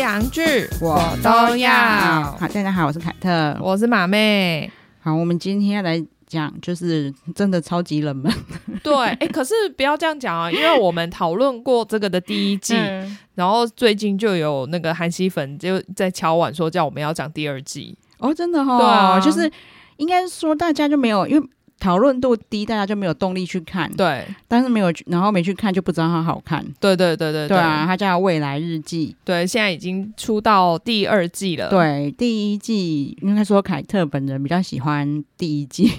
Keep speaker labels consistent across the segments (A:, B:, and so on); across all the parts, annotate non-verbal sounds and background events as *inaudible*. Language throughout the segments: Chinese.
A: 洋剧
B: 我
A: 都要
B: 好，大家好，我是凯特。
A: 我是马妹。
B: 好，我们今天要来讲，就是真的超级冷门。
A: *laughs* 对，哎、可是不要这样讲啊，因为我们讨论过这个的第一季，然后最近就有那个韩熙粉就在敲碗说叫我们要讲第二季。
B: 哦，真的哈、哦，
A: 对啊
B: 就是应该说大家就没有，因为讨论度低，大家就没有动力去看。，
A: 对，
B: 但是没有去，然后没去看就不知道它好看。
A: 对对对对
B: 对啊，它叫《未来日记
A: 对，现在已经出到第二季了。》。，
B: 对，第一季应该说凯特本人比较喜欢第一季。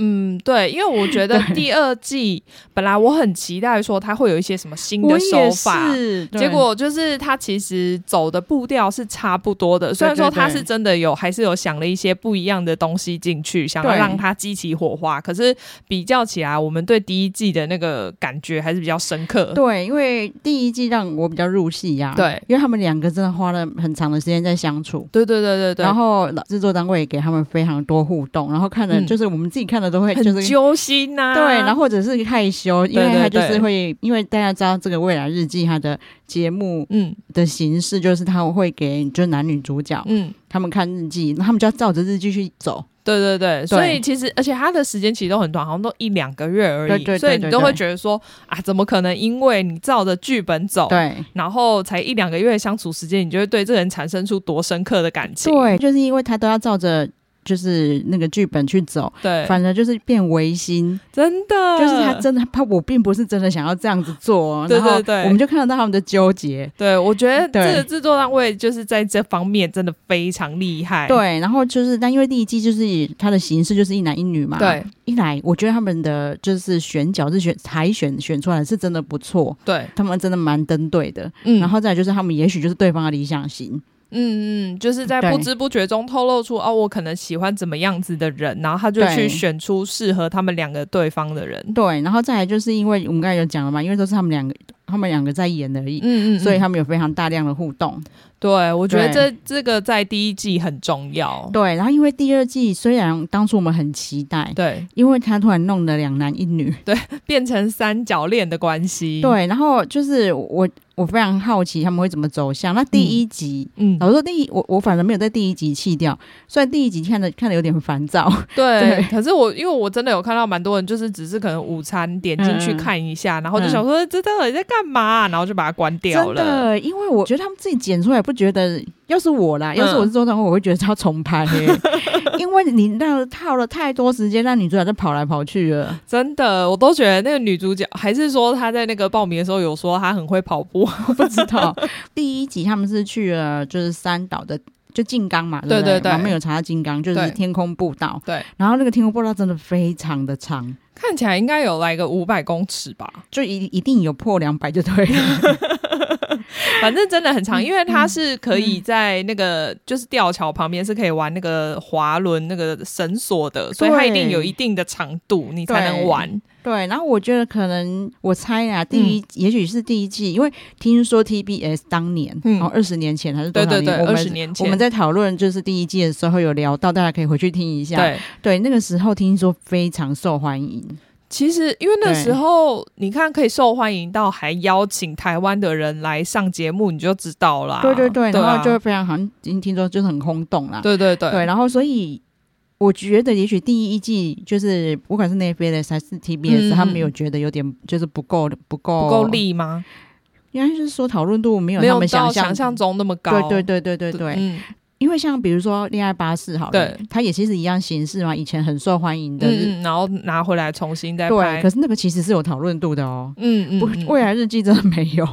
A: 嗯，对，因为我觉得第二季本来我很期待说它会有一些什么新的手法，
B: 是，对
A: 结果就是他其实走的步调是差不多的，虽然说他是真的有还是有想了一些不一样的东西进去，想要
B: 对
A: 让它激起火花。可是比较起来，我们对第一季的那个感觉还是比较深刻。
B: 对，因为第一季让我比较入戏呀、
A: 对，
B: 因为他们两个真的花了很长的时间在相处。
A: 对对对对对，
B: 然后制作单位也给他们非常多互动，然后看了、
A: 嗯
B: 就是我们自己看了都会就是
A: 很揪心啊呐、
B: 对，然后或者是害羞，因为
A: 对对
B: 他就是
A: 对
B: 会，因为大家知道这个未来日记它的节目
A: 嗯
B: 的形式就是他会给就是男女主角、
A: 嗯。
B: 他们看日记，他们就要照着日记去走，
A: 对对对，所以其实而且它的时间其实都很短，好像都一两个月而已，
B: 对对对
A: 所以
B: 对
A: 你都会
B: 对
A: 觉得说啊，怎么可能因为你照着剧本走，
B: 对。
A: 然后才一两个月的相处时间，你就会对这个人产生出多深刻的感情？
B: 对，就是因为他都要照着就是那个剧本去走，
A: 对，
B: 反而就是变违心，
A: 真的
B: 就是他真的他我并不是真的想要这样子做，
A: 嗯
B: 哦
A: 对
B: 然后
A: 对对
B: 我们就看得到他们的纠结。
A: 对我觉得
B: 对
A: 这个制作单位就是在这方面真的非常厉害。
B: 对，啊然后就是，但因为第一季就是以它的形式就是一男一女嘛，，
A: 对
B: 一来我觉得他们的就是选角是选海选选出来的是真的不错，
A: 对，
B: 他们真的蛮登对的。
A: 嗯，
B: 然后再来就是他们也许就是对方的理想型，
A: 嗯嗯，就是在
B: 对
A: 不知不觉中透露出哦，我可能喜欢怎么样子的人，然后他就
B: 对
A: 去选出适合他们两个对方的人。
B: 对，然后再来就是因为我们刚才有讲了嘛，因为都是他们两个，他们两个在演而已。
A: 嗯嗯，
B: 所以
A: 嗯
B: 他们有非常大量的互动，
A: 对我觉得这
B: 对
A: 这个在第一季很重要。
B: 对。然后因为第二季虽然当初我们很期待，
A: 对，
B: 因为他突然弄了两男一女，
A: 变成三角恋的关系。，
B: 对。然后就是我我非常好奇他们会怎么走向。那第一集
A: 嗯，
B: 老实说，第一我我反正没有在第一集弃掉，虽然第一集看的看的有点烦躁，
A: 对
B: 对。
A: 可是我因为我真的有看到蛮多人，就是只是可能午餐点进去
B: 嗯
A: 看一下，然后就
B: 嗯
A: 想说哎这到底在干嘛、然后就把它关 *laughs* 掉
B: 真
A: 了。
B: 的，因为我觉得他们自己剪出来不觉得，要是我啦，要是我
A: 嗯
B: 是周长，我会觉得他重拍、欸， *laughs* 因为你让耗了太多时间，让女主角在跑来跑去了，
A: 真的，我都觉得那个女主角，还是说她在那个报名的时候有说她很会跑步。 *laughs*
B: 不知道 *laughs* 第一集他们是去了就是三岛的。就静冈嘛，不
A: 对对对
B: 我们有查到静冈，就
A: 对
B: 是天空步道。
A: 对，
B: 然后那个天空步道真的非常的长，
A: 看起来应该有来个五百公尺吧，
B: 就一一定有破两百就对了。
A: *laughs* 反正真的很
B: 嗯
A: 长，因为她是可以在那个就是吊桥旁边是可以玩那个滑轮那个绳索的，所以它一定有一定的长度，你才能玩。
B: 对，然后我觉得可能我猜啊，第
A: 嗯
B: 一、也许是第一季，因为听说 TBS 当年，
A: 嗯
B: 嗯，二、十年前还是多
A: 对
B: 少
A: 对
B: 年？
A: 对，
B: 我
A: 二十
B: 们
A: 年
B: 我
A: 前，
B: 们在讨论就是第一季的时候有聊到，大家可以回去听一下。
A: 对。
B: 对那个时候听说非常受欢迎。
A: 其实，因为那
B: 对
A: 时候你看可以受欢迎到还邀请台湾的人来上节目，你就知道啦。
B: 对对对，
A: 啊
B: 然后就会非常好像听听说就是很轰动啦。
A: 对对对
B: 对，然后所以。我觉得也许第一季就是不管是 Netflix 还是 TBS，、
A: 嗯
B: 他们有觉得有点就是不够不够
A: 不够，力吗？
B: 应该是说讨论度没有
A: 没
B: 他
A: 有
B: 们
A: 到
B: 想
A: 想
B: 象
A: 象中那么高。
B: 对对对对对对，
A: 嗯，
B: 因为像比如说《恋爱巴士》好了
A: 对，
B: 它也其实一样形式嘛，以前很受欢迎的日，
A: 嗯嗯，然后拿回来重新再
B: 对，
A: 拍
B: 可。是那个其实是有讨论度的哦。
A: 嗯嗯，
B: 不，
A: 嗯
B: 未来日记真的没
A: *laughs*
B: 有。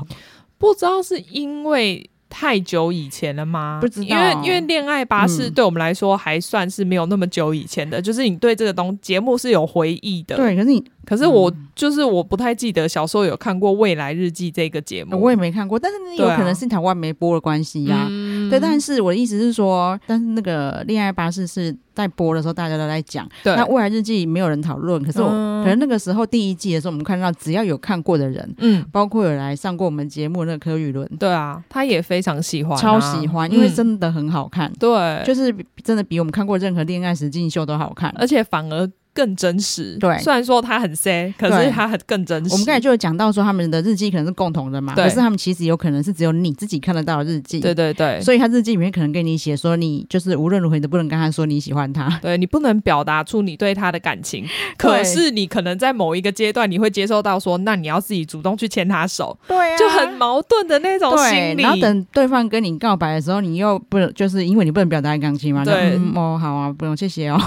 A: 不知道是因为太久以前了吗？
B: 不知道
A: 因为因为恋爱巴士
B: 嗯
A: 对我们来说还算是没有那么久以前的，就是你对这个东节目是有回忆的。，
B: 对，可是你
A: 可是
B: 嗯
A: 我就是我不太记得小时候有看过《未来日记》这个节目。
B: 我也没看过，但是那有
A: 对啊嗯
B: 可能是台湾没播的关系呀、对，但是我的意思是说，但是那个《恋爱巴士》是在播的时候大家都在讲，
A: 对，
B: 那未来日记没有人讨论。可是我、
A: 嗯
B: 可能那个时候第一季的时候，我们看到只要有看过的人，
A: 嗯，
B: 包括有来上过我们节目的那个柯宇伦，
A: 对啊，他也非常喜欢啊、
B: 超喜欢，因为
A: 嗯
B: 真的很好看。
A: 对，
B: 就是比真的比我们看过任何恋爱实境秀都好看。
A: 而且反而更真实。
B: 对
A: 虽然说它很 sad，可是
B: 对
A: 它很更真实。
B: 我们刚才就有讲到说，他们的日记可能是共同的嘛，
A: 对
B: 可是他们其实有可能是只有你自己看得到的日记。
A: 对对对，
B: 所以他日记里面可能跟你写说，你就是无论如何你都不能跟他说你喜欢
A: *laughs*
B: 他。
A: 对你不能表达出你对他的感情，
B: 对
A: 可是你可能在某一个阶段，你会接受到说，那你要自己主动去牵他手，
B: 对啊
A: 就很矛盾的那种
B: 对
A: 心，理。
B: 然后等对方跟你告白的时候，你又不能，就是因为你不能表达感情嘛。就
A: 对
B: 嗯哦，好啊，不用，谢
A: *laughs*
B: 谢哦。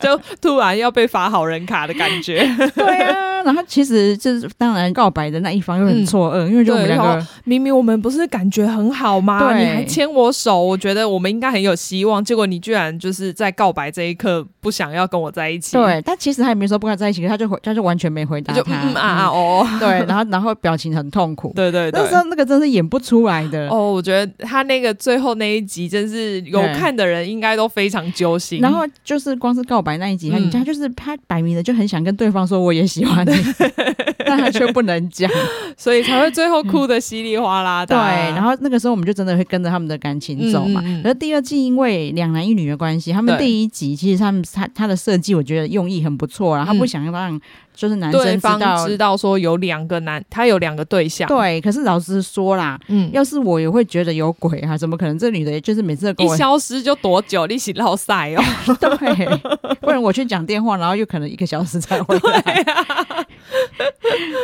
A: 就突然要被发好人卡的感觉。
B: 对啊，然后其实就是当然告白的那一方又很
A: 嗯
B: 错愕，因为就我们
A: 对
B: 两
A: 然
B: 个
A: 明明我们不是感觉很好吗？
B: 对
A: 你还牵我手，我觉得我们应该很有希望。结果你居然就是在告白这一刻不想要跟我在一起，，
B: 对，但其实他也没说不跟他在一起，可是他就回，他就完全没回答
A: 就
B: 他。
A: 嗯嗯啊啊哦，
B: *laughs* 嗯对，然后然后表情很痛苦。
A: 对对对
B: 那时。候那个真是演不出来的。
A: 哦，我觉得他那个最后那一集，真是有
B: 对
A: 看的人应该都非常揪心。
B: 然后就是光是告白那一集，他、
A: 嗯
B: 他就是他摆明了就很想跟对方说我也喜欢你， *laughs* 但他却不能
A: *laughs*
B: 讲。
A: 所以才会最后哭的稀里哗啦的
B: 对，
A: 啊、
B: 然后那个时候我们就真的会跟着他们的感情走嘛。
A: 嗯嗯嗯
B: 而第二季因为两男一女的关系，他们
A: 对
B: 第一集其实他们他他的设计我觉得用意很不错啦，然后
A: 嗯
B: 不想让就是男生
A: 对
B: 知道
A: 方知道说有两个男，他有两个对象，，
B: 对，可是老实说啦，
A: 嗯，
B: 要是我也会觉得有鬼啊，怎么可能这女的就是每次都跟
A: 一
B: 我
A: 消失就多久？一起绕赛哦，
B: *laughs* 对，不然我去讲电话，然后又可能一个小时才回
A: *laughs*
B: 来。
A: 啊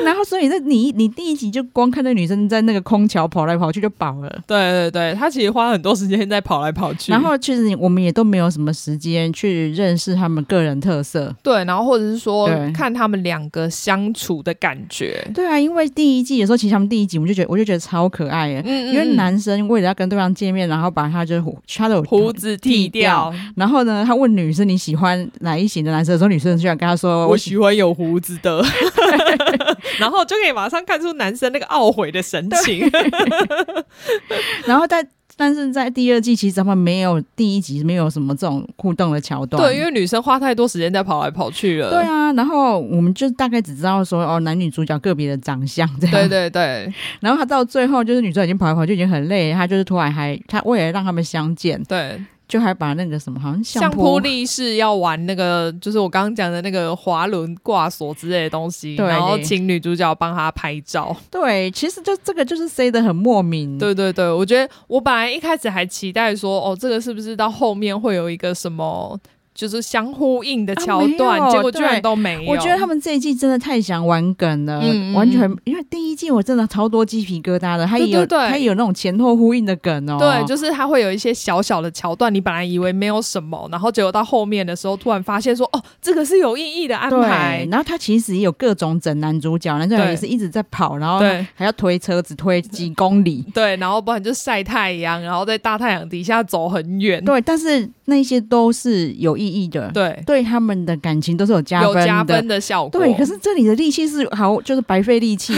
B: 然后所以那你你第一集就光看那女生在那个空桥跑来跑去就饱了。
A: 对对对，他其实花很多时间在跑来跑去，
B: 然后其实我们也都没有什么时间去认识他们个人特色。
A: 对，然后或者是说
B: 对
A: 看他们两个相处的感觉，
B: 对啊，因为第一季的时候，其实他们第一集我们就觉得我就觉得超可爱耶，
A: 嗯，嗯
B: 因为
A: 嗯
B: 男生为了要跟对方见面，然后把他就是胡他的
A: 胡子剃掉，
B: 然后呢，他问女生你喜欢哪一型的男生的时候，女生居然跟他说
A: 我喜欢有胡子的， *laughs* 然后就可以马上看出男生那个懊悔的神情， *laughs*
B: 然后但但是在第二季，其实他们没有第一集没有什么这种互动的桥段。
A: 对，因为女生花太多时间在跑来跑去了，
B: 对啊，然后我们就大概只知道说哦，男女主角个别的长相这样。
A: 对对对
B: 然后他到最后就是女主角已经跑来跑去已经很累，他就是突然还他为了让他们相见，
A: 对，
B: 就还把那个什么好像
A: 相
B: 相
A: 扑力士要玩那个，就是我刚刚讲的那个滑轮挂锁之类的东西，
B: 对
A: 然后请女主角帮他拍照。
B: 对，其实就这个就是塞的很莫名。
A: 对对对，我觉得我本来一开始还期待说，哦，这个是不是到后面会有一个什么？就是相呼应的桥段，
B: 啊没有
A: 结果居然
B: 对
A: 都没有。
B: 我觉得他们这一季真的太想玩梗了，
A: 嗯嗯嗯
B: 完全因为第一季我真的超多鸡皮疙瘩的，他也有
A: 对对对
B: 他也有那种前后呼应的梗哦。
A: 对，就是他会有一些小小的桥段，你本来以为没有什么，然后结果到后面的时候，突然发现说，哦，这个是有意义的安排
B: 对，。然后他其实也有各种整男主角，男主角
A: 对
B: 也是一直在跑，然后
A: 对
B: 还要推车子推几公里。
A: 对，然后不然就晒太阳，然后在大太阳底下走很远。
B: 对，但是那些都是有意义的，
A: 嗯对，
B: 对他们的感情都是有加
A: 有
B: 分的。
A: 加分的效果。
B: 对，可是这里的力气是好，就是白费力
A: *laughs*
B: 气。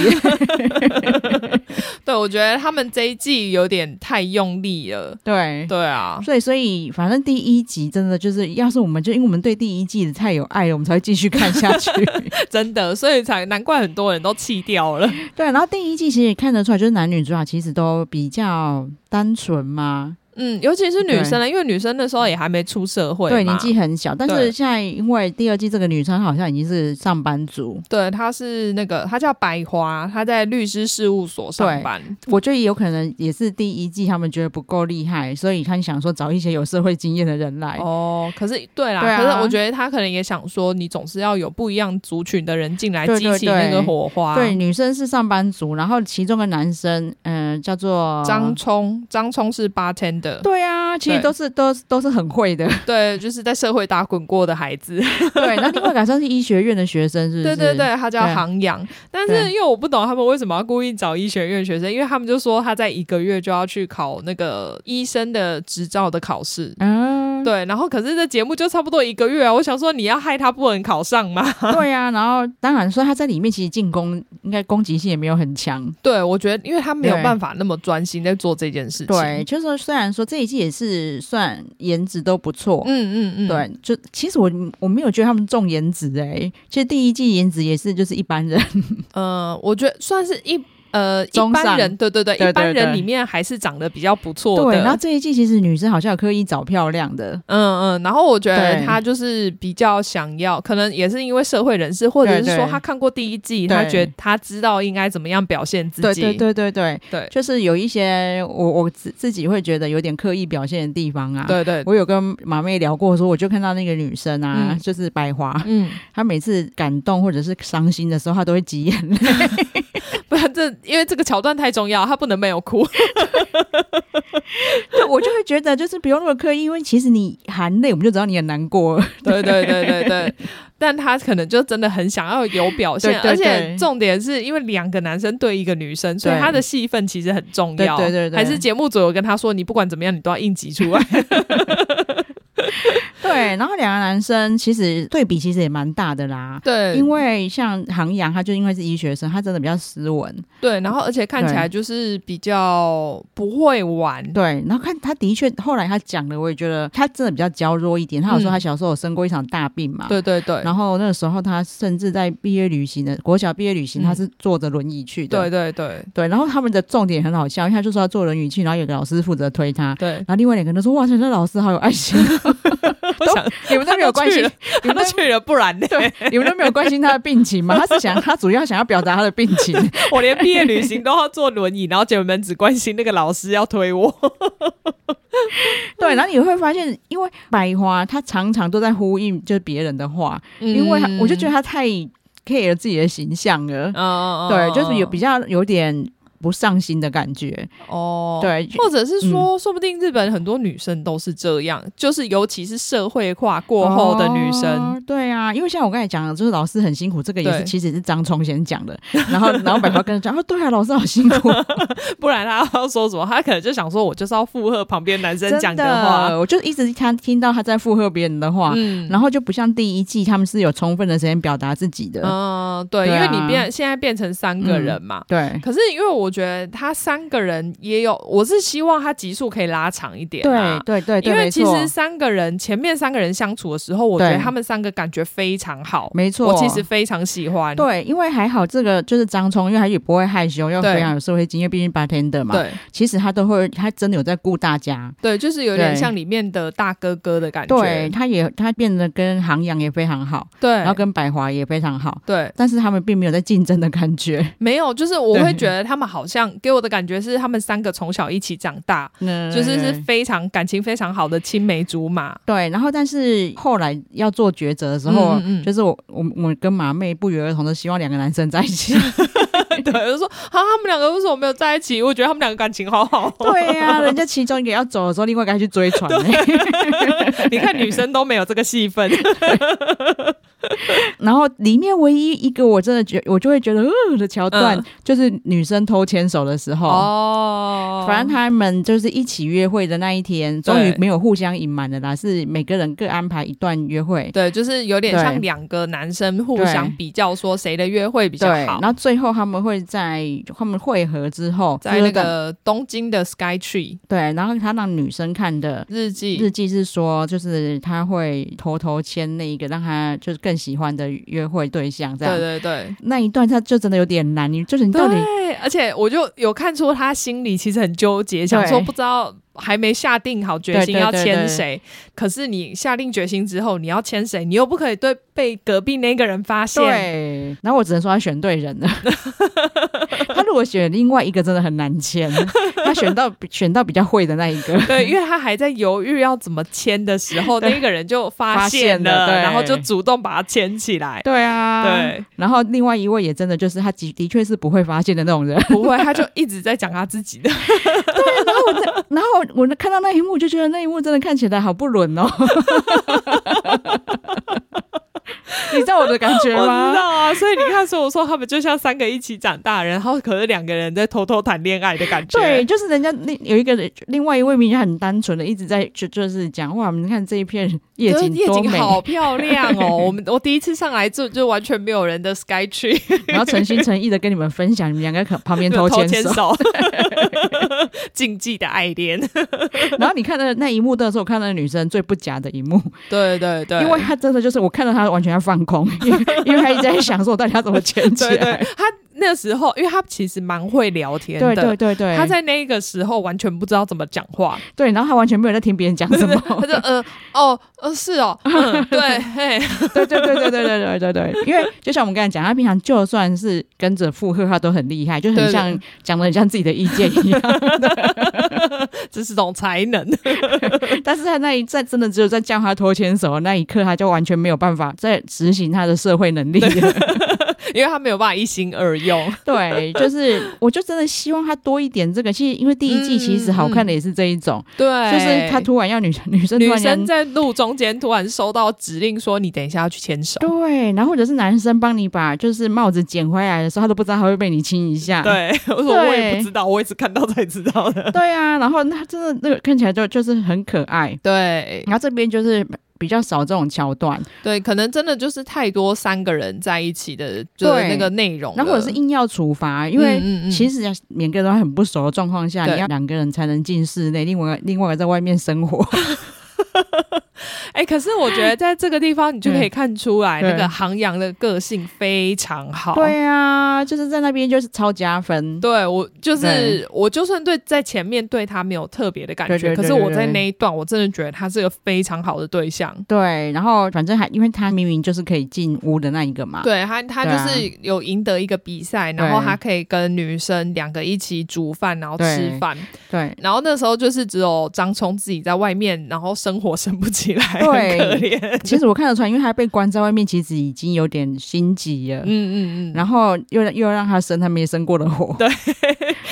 A: 对我觉得他们这一季有点太用力了。
B: 对，
A: 对啊，
B: 所以所以反正第一集真的就是，要是我们就因为我们对第一季的太有爱了，我们才会继续看下
A: *laughs*
B: 去。
A: 真的，所以才难怪很多人都弃掉了。
B: 对，然后第一季其实也看得出来，就是男女主角其实都比较单纯嘛，
A: 嗯，尤其是女生呢，因为女生那时候也还没出社会嘛，
B: 对，年纪很小，但是
A: 对
B: 现在因为第二季这个女生好像已经是上班族，
A: 对，她是那个，她叫白花，她在律师事务所上班。
B: 我觉得也有可能也是第一季他们觉得不够厉害，所以他想说找一些有社会经验的人来。
A: 哦，可是对啦，
B: 对啊
A: 可是我觉得她可能也想说，你总是要有不一样族群的人进来
B: 对对
A: 激起那个火花。
B: 对，女生是上班族，然后其中的男生，嗯、叫做
A: 张。冲，张冲是 bartender，
B: 对啊，其实
A: 对
B: 都是都是都是很会
A: *laughs*
B: 的。
A: 对，就是在社会打滚过的孩子。
B: 对，那另外一个好像是医学院的学生，是不是？
A: 对对对，他叫
B: 对
A: 杭阳，但
B: 对
A: 是因为我不懂他们为什么要故意找医学院学生，因为他们就说他在一个月就要去考那个医生的执照的考试。
B: 嗯，
A: 对，然后可是这节目就差不多一个月啊，我想说你要害他不能考上吗？
B: 对啊。然后当然说他在里面其实进攻应该攻击性也没有很强。
A: *laughs* 对，我觉得因为他没有
B: 对
A: 办法那么专心在做这件事情。
B: 对，，就是说虽然说这一季也是算颜值都不错，
A: 嗯嗯嗯，
B: 对，就其实我我没有觉得他们重欸颜值哎、其实第一季颜值也是就是一般人，
A: 呃，我觉得算是一呃一
B: 中
A: 般
B: 上
A: 人对对对，
B: 对
A: 一般
B: 对
A: 人
B: 对
A: 里面还是长得比较不错
B: 对，
A: 的。
B: 然后这一季其实女生好像有刻意找漂亮的，
A: 嗯嗯，然后我觉得
B: 对
A: 他就是比较想要，可能也是因为社会人士，或者是
B: 对
A: 说
B: 对
A: 他看过第一季，
B: 对
A: 他觉得他知道应该怎么样表现自
B: 对
A: 己。
B: 对对对对，
A: 对
B: 就是有一些我我自自己会觉得有点刻意表现的地方啊。，
A: 对对
B: 我有跟马妹聊过，说我就看到那个女生啊，
A: 嗯
B: 就是白花， *laughs*
A: 嗯，
B: 她每次感动或者是伤心的时候，她都会挤眼
A: *laughs*
B: 泪。
A: 不然这因为这个桥段太重要，他不能没有哭。
B: 对我就会觉得就是不用那么刻意，因为其实你含泪，我们就知道你很难过。
A: 对对对对对， *laughs* 但他可能就真的很想要有表现，
B: 对对对
A: 而且重点是因为两个男生对一个女生，所以
B: 对
A: 他的戏份其实很重要。
B: 对对对对
A: 还是节目组有跟他说，你不管怎么样，你都要硬挤出
B: *laughs*
A: 来。
B: 对，然后两个男生其实对比其实也蛮大的啦。
A: 对
B: 因为像杭阳，他就因为是医学生，他真的比较斯文，
A: 对，然后而且看起来就是比较不会玩。
B: 对。然后看他的确后来他讲的，我也觉得他真的比较娇弱一点。他有说
A: 嗯
B: 他小时候有生过一场大病嘛，
A: 对对对，
B: 啊然后那个时候他甚至在毕业旅行的国小毕业旅行，
A: 嗯
B: 他是坐着轮椅去的，
A: 对对对
B: 对。然后他们的重点很好笑，因为他就说他坐轮椅去，然后有个老师负责推他。 *laughs*
A: 对，
B: 然后另外两个人都说：“哇塞，那老师好有爱心，
A: 我
B: 都
A: 想
B: *laughs* 你们都没有关心，你
A: 他
B: 们
A: 都
B: 都
A: 去了，不然呢？
B: *laughs* 对， *laughs* 你们都没有关心他的病情吗？他是想，他主要想要表达他的病情。
A: 我连毕业旅行都要坐轮椅，然后姐妹们只关心那个老师要推我。嗯
B: 对，然后你会发现，因为百花他常常都在呼应就是别人的话， *laughs*
A: 嗯
B: 因为他我就觉得他太 care 自己的形象了。
A: 得，嗯嗯嗯
B: 对，就是有比
A: 嗯
B: 较有点不上心的感觉。
A: 哦，
B: 对，嗯
A: *laughs* 或者是说，说不定日本很多女生都是这样，就是尤其是社会化过后的女生，
B: 哦对啊，因为像我刚才讲的，就是老师很辛苦，这个也
A: 对
B: 是其实也是张冲先讲的。然后，然后百花跟他讲，哦，对啊，老师好辛
A: *laughs*
B: 苦，
A: 不然她要说什么，她可能就想说，我就是要附和旁边男生讲
B: 真
A: 话。
B: 的，我就一直他听到他在附和别人的话，
A: 嗯
B: 然后就不像第一季他们是有充分的时间表达自己的。
A: 嗯，对，
B: 对啊嗯
A: 因为你变现在变成三个人嘛。
B: 对
A: 可是因为我觉得他三个人也有，我是希望他集数可以拉长一点、
B: 对
A: 啊。
B: 对对对，
A: 因为
B: 没
A: 其
B: 错
A: 实三个人前面三个人相处的时候，我觉
B: 对
A: 得他们三个感觉非常好，
B: 没错，
A: 我其实非常喜欢。
B: 对，因为还好这个就是张冲，因为他也不会害羞，又
A: 对
B: 非常有社会经验，毕竟 bartender 嘛。
A: 对
B: 其实他都会，他真的有在顾大家。
A: 对，就是有点
B: 对
A: 像里面的大哥哥的感觉。
B: 对，他也他变得跟杭阳也非常好，
A: 对，
B: 然后跟百华也非常好，
A: 对，
B: 但是他们并没有在竞争的感觉。
A: 没有，就是我
B: 对
A: 会觉得他们好像给我的感觉是他们三个从小一起长大，
B: *laughs* 嗯，
A: 就是是非常感情非常好的青梅
B: *laughs*
A: 竹马。
B: 对，然后但是后来要做抉择的时候，
A: 嗯嗯嗯
B: 就是我我我跟马妹不约而同的希望两个男生在一
A: *laughs*
B: 起。
A: 对，我就说啊，他们两个为什么没有在一起？我觉得他们两个感情好好哦。
B: 对呀、人家其中一个要走的时候，另外一个还去追
A: *laughs*
B: 船、
A: 你看女生都没有这个戏
B: *laughs*
A: 份，
B: 然后里面唯一一个我真的觉我就会觉得呃的桥段，
A: 嗯
B: 就是女生偷牵手的时候。
A: 哦
B: 反正他们就是一起约会的那一天，终于
A: 对
B: 没有互相隐瞒的啦，是每个人各安排一段约会。
A: 对，就是有点
B: 对
A: 像两个男生互相
B: 对
A: 比较，说谁的约会比较
B: 对，
A: 好
B: 然。后最后他们会在他们会合之后，
A: 在那
B: 就是等
A: 个东京的 Sky Tree
B: 对，然后他让女生看的
A: 日记，
B: 日记是说，就是他会偷偷签那一个让他就是更喜欢的约会对象，这样。
A: 对对对
B: 那一段他就真的有点难，你就是你到底
A: 对，而且我就有看出他心里其实很纠结，想说不知道还没下定好决心
B: 对对
A: 要
B: 对
A: 签
B: 对
A: 谁，可是你下定决心之后，你要签谁，你又不可以对被隔壁那个人发现。
B: 对，然后我只能说他选对人
A: *laughs*
B: 了。他如果选另外一个，真的很难签。他选到选到比较会的那一
A: *laughs*
B: 个，
A: 对，因为他还在犹豫要怎么签的时 *laughs* 候，
B: 对
A: 那个人就发
B: 发
A: 现
B: 现了
A: 了，
B: 对
A: 然后就主动把他牵起来。
B: 对啊
A: 对，
B: 然后另外一位也真的就是他的的确是不会发现的那种人。 *laughs*
A: 不会，他就一直在讲他自己 *laughs* 的。
B: 然后我看到那一幕，我就觉得那一幕真的看起来好不伦哦。 *laughs* 你知道我的感觉
A: 我知
B: 吗？
A: 道 *laughs* 啊，所以你看，所以我说他们就像三个一起长大，然后可是两个人在偷偷谈恋爱的感觉。
B: 对，就是人家另有一个人，另外一位明明很单纯的一直在就就是讲哇，你看这一片夜
A: 就是
B: 景
A: 夜
B: 多
A: 景
B: 美，
A: 好漂亮哦！ *laughs* 我们我第一次上来就就完全没有人的 Sky Tree，
B: *laughs* 然后诚心诚意的跟你们分享，你们两个可旁边偷
A: *laughs* 偷
B: 牵
A: 牵
B: 手。
A: 手，禁忌的爱恋。
B: 然后你看到那一幕的时候，我看到那女生最不假的一幕，
A: 对对对，
B: 因为 *laughs* 她真的就是我看到她完全要放空，因为因为她一直在想说我到底要怎么牵起
A: *laughs* 对对
B: 来。
A: 他那时候，因为他其实蛮会聊天的，
B: 对对对对，
A: 他在那个时候完全不知道怎么讲话，
B: 对，然后他完全没有在听别人讲什么，
A: *laughs* 他就呃哦呃是哦， *laughs* 嗯、对嘿，
B: 对对对对对对对对对，因为就像我们刚才讲，他平常就算是跟着附和，他都很厉害，就很像讲的很像自己的意见一
A: *laughs*
B: 样，
A: 这是种才能。 *laughs*
B: 但是他那一在真的只有在叫他拖牵手那一刻，他就完全没有办法在执行他的社会能力了，
A: 因为他没有办法一心二 *laughs* 用。
B: 对，就是我就真的希望他多一点这个。其实因为第一季其实好看的也是这一种，
A: 嗯、
B: 对，就是他突然要女生女生
A: 女生在路中间突然收到指令说你等一下要去牵手，
B: 对，然后或者是男生帮你把就是帽子捡回来的时候，他都不知道他会被你亲一下。
A: 对， *laughs* 我说我也不知道，我也是看到才知道
B: *laughs*
A: 的。
B: 对啊，然后他真的那个看起来就就是很可爱。
A: 对，
B: 然后这边就是。比较少这种桥段，
A: 对，可能真的就是太多三个人在一起的，就是那个内容，
B: 然后或者是硬要处罚，因为
A: 嗯
B: 其实每个人都很不熟的状况下，
A: 嗯嗯嗯
B: 你要两个人才能进室内，另外另外在外面生活。
A: 哎欸，可是我觉得在这个地方，你
B: 嗯
A: 就可以看出来那个杭阳的个性非常好。
B: 对啊，就是在那边就是超加分。
A: 对我就是我就算对在前面对他没有特别的感觉，
B: 对对对
A: 可是我在那一段我真的觉得他是个非常好的对象。
B: 对，然后反正还因为他明明就是可以进屋的那一个嘛。
A: 对他，啊他就是
B: 嗯
A: 有赢得一个比赛，然后他可以跟女生两个一起煮饭，然后吃饭。
B: 对，
A: 然后那时候就是只有张冲自己在外面，然后生活生不起来，很可怜。
B: 其实我看得出来，因为他被关在外面，其实已经有点心急了。
A: *laughs* 嗯嗯嗯。
B: 然后又又让他生他没生过的火，
A: 对，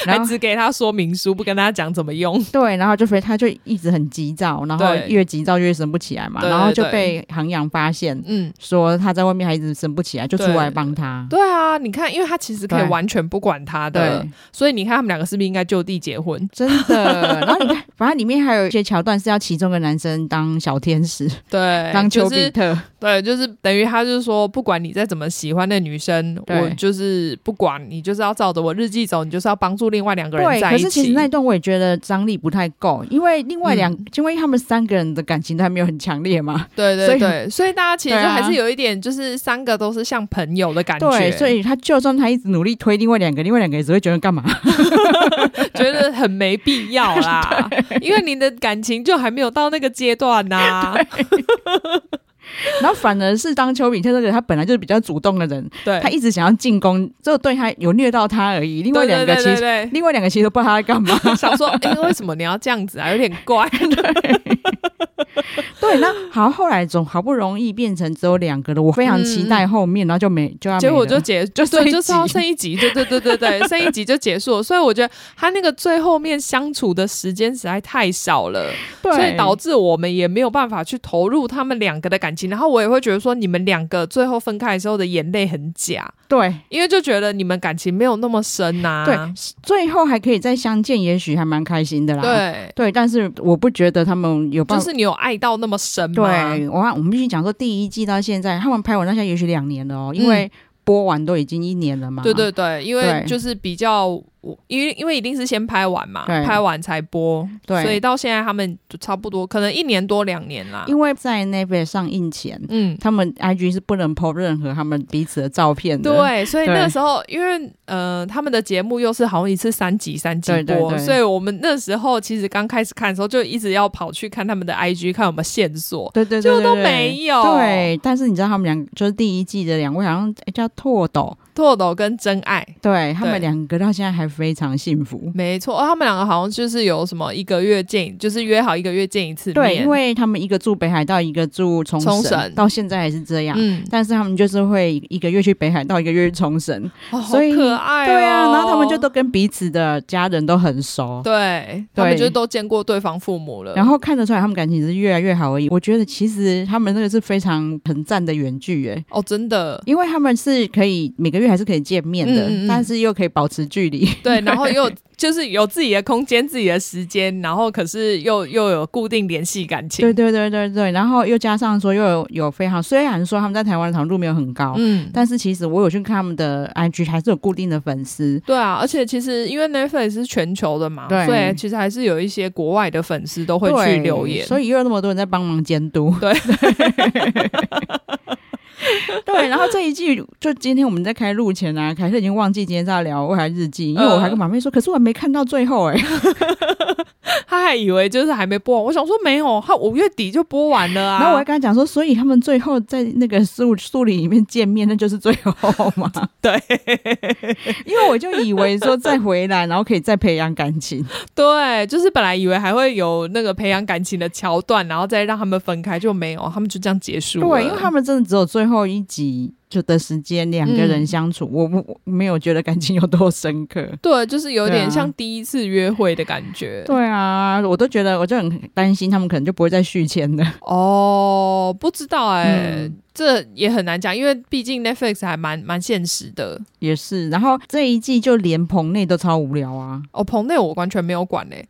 A: 还只给他说明书，不跟他讲怎
B: *laughs*
A: 么用。
B: 对，然后就非他就一直很急躁，然后越急躁越生不起来嘛，
A: 对对对
B: 然后就被杭阳发现，
A: 嗯，
B: 说他在外面还一直生不起来，就出来帮他。
A: 对啊，你看，因为他其实可以
B: 对
A: 完全不管他的
B: 对，
A: 所以你看他们两个是不是应该就地结婚？
B: 真的，然后你看，反正里面还有一些桥段是要其中的男生当小天
A: *laughs*
B: 使，
A: 对，
B: 当丘
A: 哎就
B: 比
A: 是
B: 特，
A: 对，就是等于他就是说，不管你再怎么喜欢那女生，
B: 对
A: 我就是不管你，就是要照着我日记走，你就是要帮助另外两个人
B: 对。
A: 在
B: 可
A: 一
B: 是其
A: 起
B: 实。那一段我也觉得张力不太够，因为另外两，
A: 嗯
B: 因为他们三个人的感情都还没有很强烈嘛，
A: 对对
B: 所以
A: 对，所以大家其实
B: 对
A: 就
B: 啊
A: 还是有一点，就是三个都是像朋友的感觉，
B: 对，所以他就算他一直努力推另外两个，另外两个也只会觉得干嘛？ *laughs*
A: 觉得很没必要啦。因为你的感情就还没有到那个阶段呐、
B: 然后反而是当丘比特这个，他本来就是比较主动的人，
A: 对，
B: 他一直想要进攻，只有对他有虐到他而已。另外两个
A: 对
B: 其
A: 对
B: 实，
A: 对对
B: 另外两个其实都不知道他在干嘛。 *laughs*
A: 对想说，哎、为什么你要这样子啊？有点怪。
B: 对，那好，后来总好不容易变成只有两个了，我非常期待后面，然后就没就要没
A: 嗯结果
B: 了
A: 就结
B: 就
A: 对
B: *laughs* 剩一
A: 就是要
B: 集
A: 剩一集，对对对对对，剩一集就结束了。所以我觉得他那个最后面相处的时间实在太少了，
B: 对，
A: 所以导致我们也没有办法去投入他们两个的感情。然后我也会觉得说，你们两个最后分开的时候的眼泪很假，
B: 对
A: 因为就觉得你们感情没有那么深啊呐、
B: 对最后还可以再相见，也许还蛮开心的啦。
A: 对
B: 对，但是我啊不觉得他们有办
A: 就
B: 法。
A: 是你有爱到那么深吗？
B: 对，我我们必须讲说，第一季到现在，他们拍完到现在也许两年了哦，因为播完都已经一年了嘛。
A: 嗯对对对，因为
B: 对
A: 就是比较，我因为因为一定是先拍完嘛，
B: 对
A: 拍完才播，
B: 对
A: 所以到现在他们就差不多可能一年多两年啦。
B: 因为在 n e t f l 上映前，
A: 嗯，
B: 他们 IG 是不能 po 任何他们彼此的照片的。
A: 对，所以
B: 对
A: 那个时候，因为呃，他们的节目又是好像一次三集三集播，
B: 对对对
A: 所以我们那时候其实刚开始看的时候，就一直要跑去看他们的 IG，看有没有线索。
B: 对对对
A: 结果
B: 对
A: 都
B: 对
A: 没有
B: 对，但是你知道他们两就是第一季的两位好像诶叫拓斗，
A: 拓斗跟真爱，
B: 对他
A: 对
B: 们两个到现在还非常幸福。
A: 没错、哦，他们两个好像就是有什么一个月见，就是约好一个月见一次面。
B: 对，因为他们一个住北海道，一个住冲绳，
A: 冲绳
B: 到现在还是这样。
A: 嗯，
B: 但是他们就是会一个月去北海道，一个月去冲绳。
A: 哦、好
B: 所以
A: 可爱、哦。
B: 对啊，然后他们就都跟彼此的家人都很熟。
A: 对，他们就都见过对方父母了。
B: 然后看得出来，他们感情是越来越好而已。我觉得其实他们那个是非常很赞的远距耶，
A: 哦，真的
B: 因为他们是可以每个月还是可以见面的，
A: 嗯嗯嗯
B: 但是又可以保持距离。
A: 对，然后
B: *laughs*
A: 又就是有自己的空间、自己的时间，然后可是又又有固定联系感情。
B: 对对对对对，然后又加上说又有有非常，虽然说他们在台湾的讨论度没有很高，
A: 嗯，
B: 但是其实我有去看他们的 IG，还是有固定的粉丝。
A: 对啊，而且其实因为 Netflix 是全球的嘛，
B: 对
A: 所以其实还是有一些国外的粉丝都会
B: 对
A: 去留言。
B: 所以又有那么多人在帮忙监督。
A: 对，
B: *laughs* 对，然后这一季就今天我们在开录前啊，凯特已经忘记今天在聊未来日记，因为我
A: 嗯
B: 还跟马妹说，可是我还没看到最后
A: *laughs*
B: 哎、
A: 他还以为就是还没播完，我想说没有，他五月底就播完了
B: *laughs*
A: 啊。
B: 然后我还跟他讲说，所以他们最后在那个树树林里面见面，那就是最后嘛。
A: *laughs* 对，
B: *laughs* 因为我就以为说再回来，然后可以再培养感
A: *laughs*
B: 情。
A: 对，就是本来以为还会有那个培养感情的桥段，然后再让他们分开，就没有，他们就这样结束了。
B: 对，因为他们真的只有最后一集就的时间，两个人相
A: 嗯
B: 处，我不我没有觉得感情有多深刻。
A: 对，就是有
B: 对啊
A: 点像第一次约会的感觉。
B: 对啊，我都觉得我就很担心，他们可能就不会再续签了。
A: 哦，不知道哎、
B: 嗯
A: 这也很难讲，因为毕竟 Netflix 还蛮蛮现实的。
B: *laughs* 也是，然后这一季就连棚内都超无聊
A: *laughs*
B: 啊。
A: 哦，棚内我完全没有管欸嘞、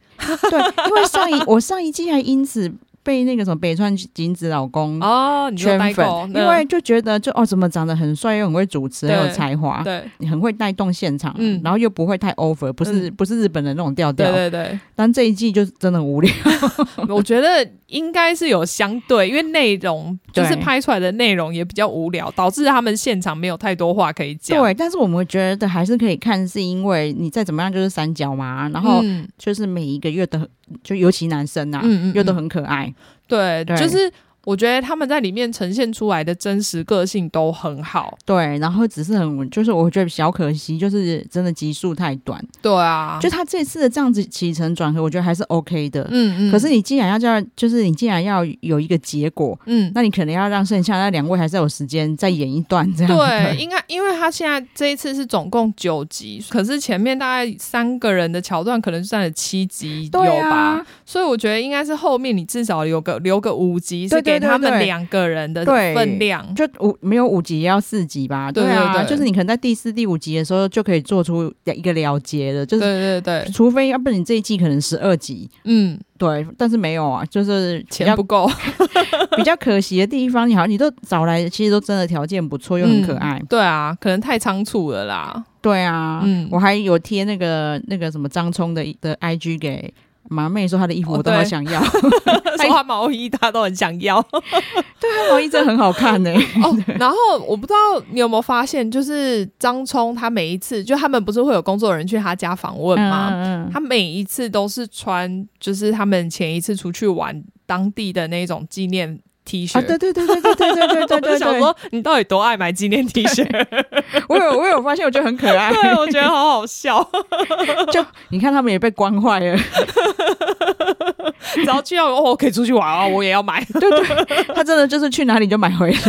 B: 对，因为上一我上一季还因此被那个什么北川景子老公
A: 哦，你说
B: 嗯圈
A: 代
B: 粉
A: 购，，
B: 因为就觉得就哦，怎么长得很帅，又很会主持，
A: 对
B: 很有才华
A: 那，对
B: 很会带动现场，
A: 嗯
B: 然后又不会太 over，不是、不是日本的那种调调。
A: 对对对，
B: 但这一季就是真的很无聊。
A: 我觉得应该是有相对，因为内容就是
B: 对
A: 拍出来的内容也比较无聊，导致他们现场没有太多话可以讲。
B: 对，但是我们觉得还是可以看，是因为你再怎么样就是三角嘛，然后
A: 嗯
B: 就是每一个月的，就尤其男生啊，
A: 嗯嗯
B: 又都
A: 嗯
B: 很可爱。
A: 对，
B: 对
A: 就是我觉得他们在里面呈现出来的真实个性都很好。
B: 对，然后只是很，就是我觉得小可惜，就是真的集数太短。
A: 对啊，
B: 就他这次的这样子起承转合，我觉得还是 OK 的。
A: 嗯嗯，
B: 可是你既然要这样，就是你既然要有一个结果，
A: 嗯，
B: 那你可能要让剩下那两位还是有时间再演一段这样。
A: 对，，应该因为他现在这一次是总共九集，可是前面大概三个人的桥段可能占了七集有
B: 对
A: 吧，
B: 啊，
A: 所以我觉得应该是后面你至少留个留个五
B: 对
A: 集是
B: 对
A: 给
B: 对
A: 他们
B: 对
A: 两个人的
B: 对
A: 分量。
B: 就五没有五集也要四集吧？
A: 对
B: 啊，
A: 对对
B: 就是你可能在第四、第五集的时候就可以做出一个了结了，就
A: 对
B: 是
A: 对对，
B: 除非要不然你这一季可能十二集，
A: 嗯，
B: 对，但是没有啊，就是比
A: 钱
B: 较
A: 不够， *laughs*
B: 比较可惜的地方，你好像你都找来，其实都真的条件不错，又很可爱。
A: 嗯对啊，可能太仓促了
B: *laughs*
A: 啦。
B: 对啊，
A: 嗯
B: 我还有贴那个那个什么张冲的的 IG 给马妹说她的衣服
A: 哦
B: 我都好想要，
A: 说他毛衣大家都很想
B: *laughs*
A: 要啊
B: 她毛衣真的很好看呢、
A: 哦。然后我不知道你有没有发现，就是张冲他每一次，就他们不是会有工作人员去他家访 *laughs* 问吗？
B: 嗯嗯
A: 他每一次都是穿，就是他们前一次出去玩当地的那种纪念 T 恤。
B: 啊，对对对对对对对对对
A: *laughs* 我就
B: 对
A: 想
B: 对，
A: 说，你到底多爱买纪念
B: *laughs*
A: T 恤？
B: 我有我有发现，我觉得很可爱。
A: 对，哦我觉得好好笑。
B: 就 *laughs* 你看他们也被关坏了，
A: *laughs*
B: *laughs*
A: 只要去到哦，我可以出去玩啊，我也要买。 *laughs*
B: 对对，他真的就是去哪里就买回来。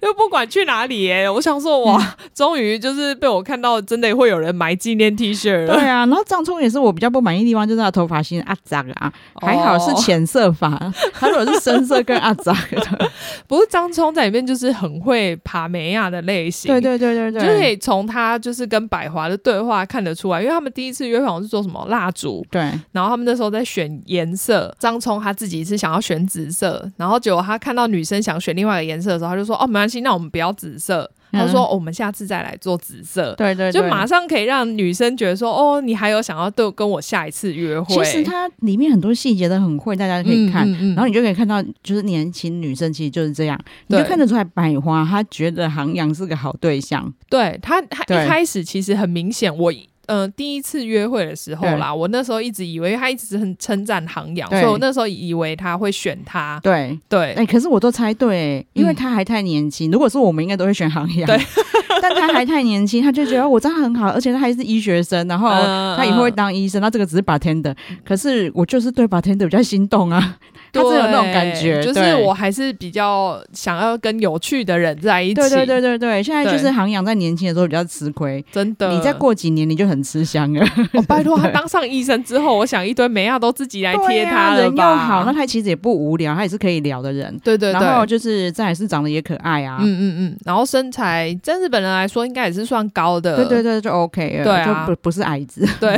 A: 又不管去哪里耶、我想说，哇，
B: 嗯
A: 终于就是被我看到，真的会有人买纪念
B: *laughs*
A: T
B: 对
A: 恤了。
B: 啊，然后张冲也是我比较不满意的地方，就是他的头发型阿杂啊，还好是
A: 哦
B: 浅色 *laughs* 发，他如果是深色更阿杂 *laughs* 的。
A: 不是张冲在里面就是很会爬梅亚的类型。
B: 对。对对对
A: 就可
B: 对，
A: 以从他就是跟百华的对话看得出来，因为他们第一次约访是做什么蜡烛，
B: 对
A: 然后他们那时候在选颜色，张聪他自己是想要选紫色，然后结果他看到女生想选另外一个颜色的时候，他就说：“哦，没关系，那我们不要紫色。”
B: 嗯
A: 他说：“哦我们下次再来做紫色。”
B: 对对，
A: 就
B: 对
A: 马上可以让女生觉得说：“哦，你还有想要对跟我下一次约会。”
B: 其实它里面很多细节都很会，大家可以看。
A: 嗯嗯嗯
B: 然后你就可以看到，就是年轻女生其实就是这样，你就
A: 对
B: 看得出来百花她觉得杭阳是个好对象，
A: 对他，他
B: 对
A: 一开始其实很明显，我呃第一次约会的时候啦，我那时候一直以为因为他一直很称赞杭阳，所
B: 对
A: 以我那时候以为他会选他。
B: 对，
A: 对，
B: 哎、可是我都猜对、因为她还太年轻。如果是我们，应该都会选杭阳，
A: 嗯对，
B: *laughs* 但她还太年轻，她就觉得哦我这样很好，而且她还是医学生，然后
A: 嗯
B: 她以后会当医生，那这个只是 bartender，可是我就是对 bartender 比较心动
A: *laughs*
B: 啊，她真的有那种感觉，
A: 对就是
B: 对
A: 我还是比较想要跟有趣的人在一起。
B: 对对对对对，现在就
A: 对
B: 是杭阳在年轻的时候比较吃亏，
A: 真的。
B: 你再过几年你就很吃香
A: *laughs*
B: 了。
A: 哦，拜托他当上医生之后，我想一堆美亚都自己来
B: 对
A: 贴
B: 呀
A: 他了
B: 人又
A: 吧？
B: 好，那他其实也不无聊，他也是可以聊的人。
A: 对对对，
B: 然后就是再来是长得也可爱啊，
A: 嗯嗯嗯，然后身材，在日本人来说应该也是算高的。
B: 对对对，就 OK 了，
A: 对啊
B: 就不不是矮子，
A: 对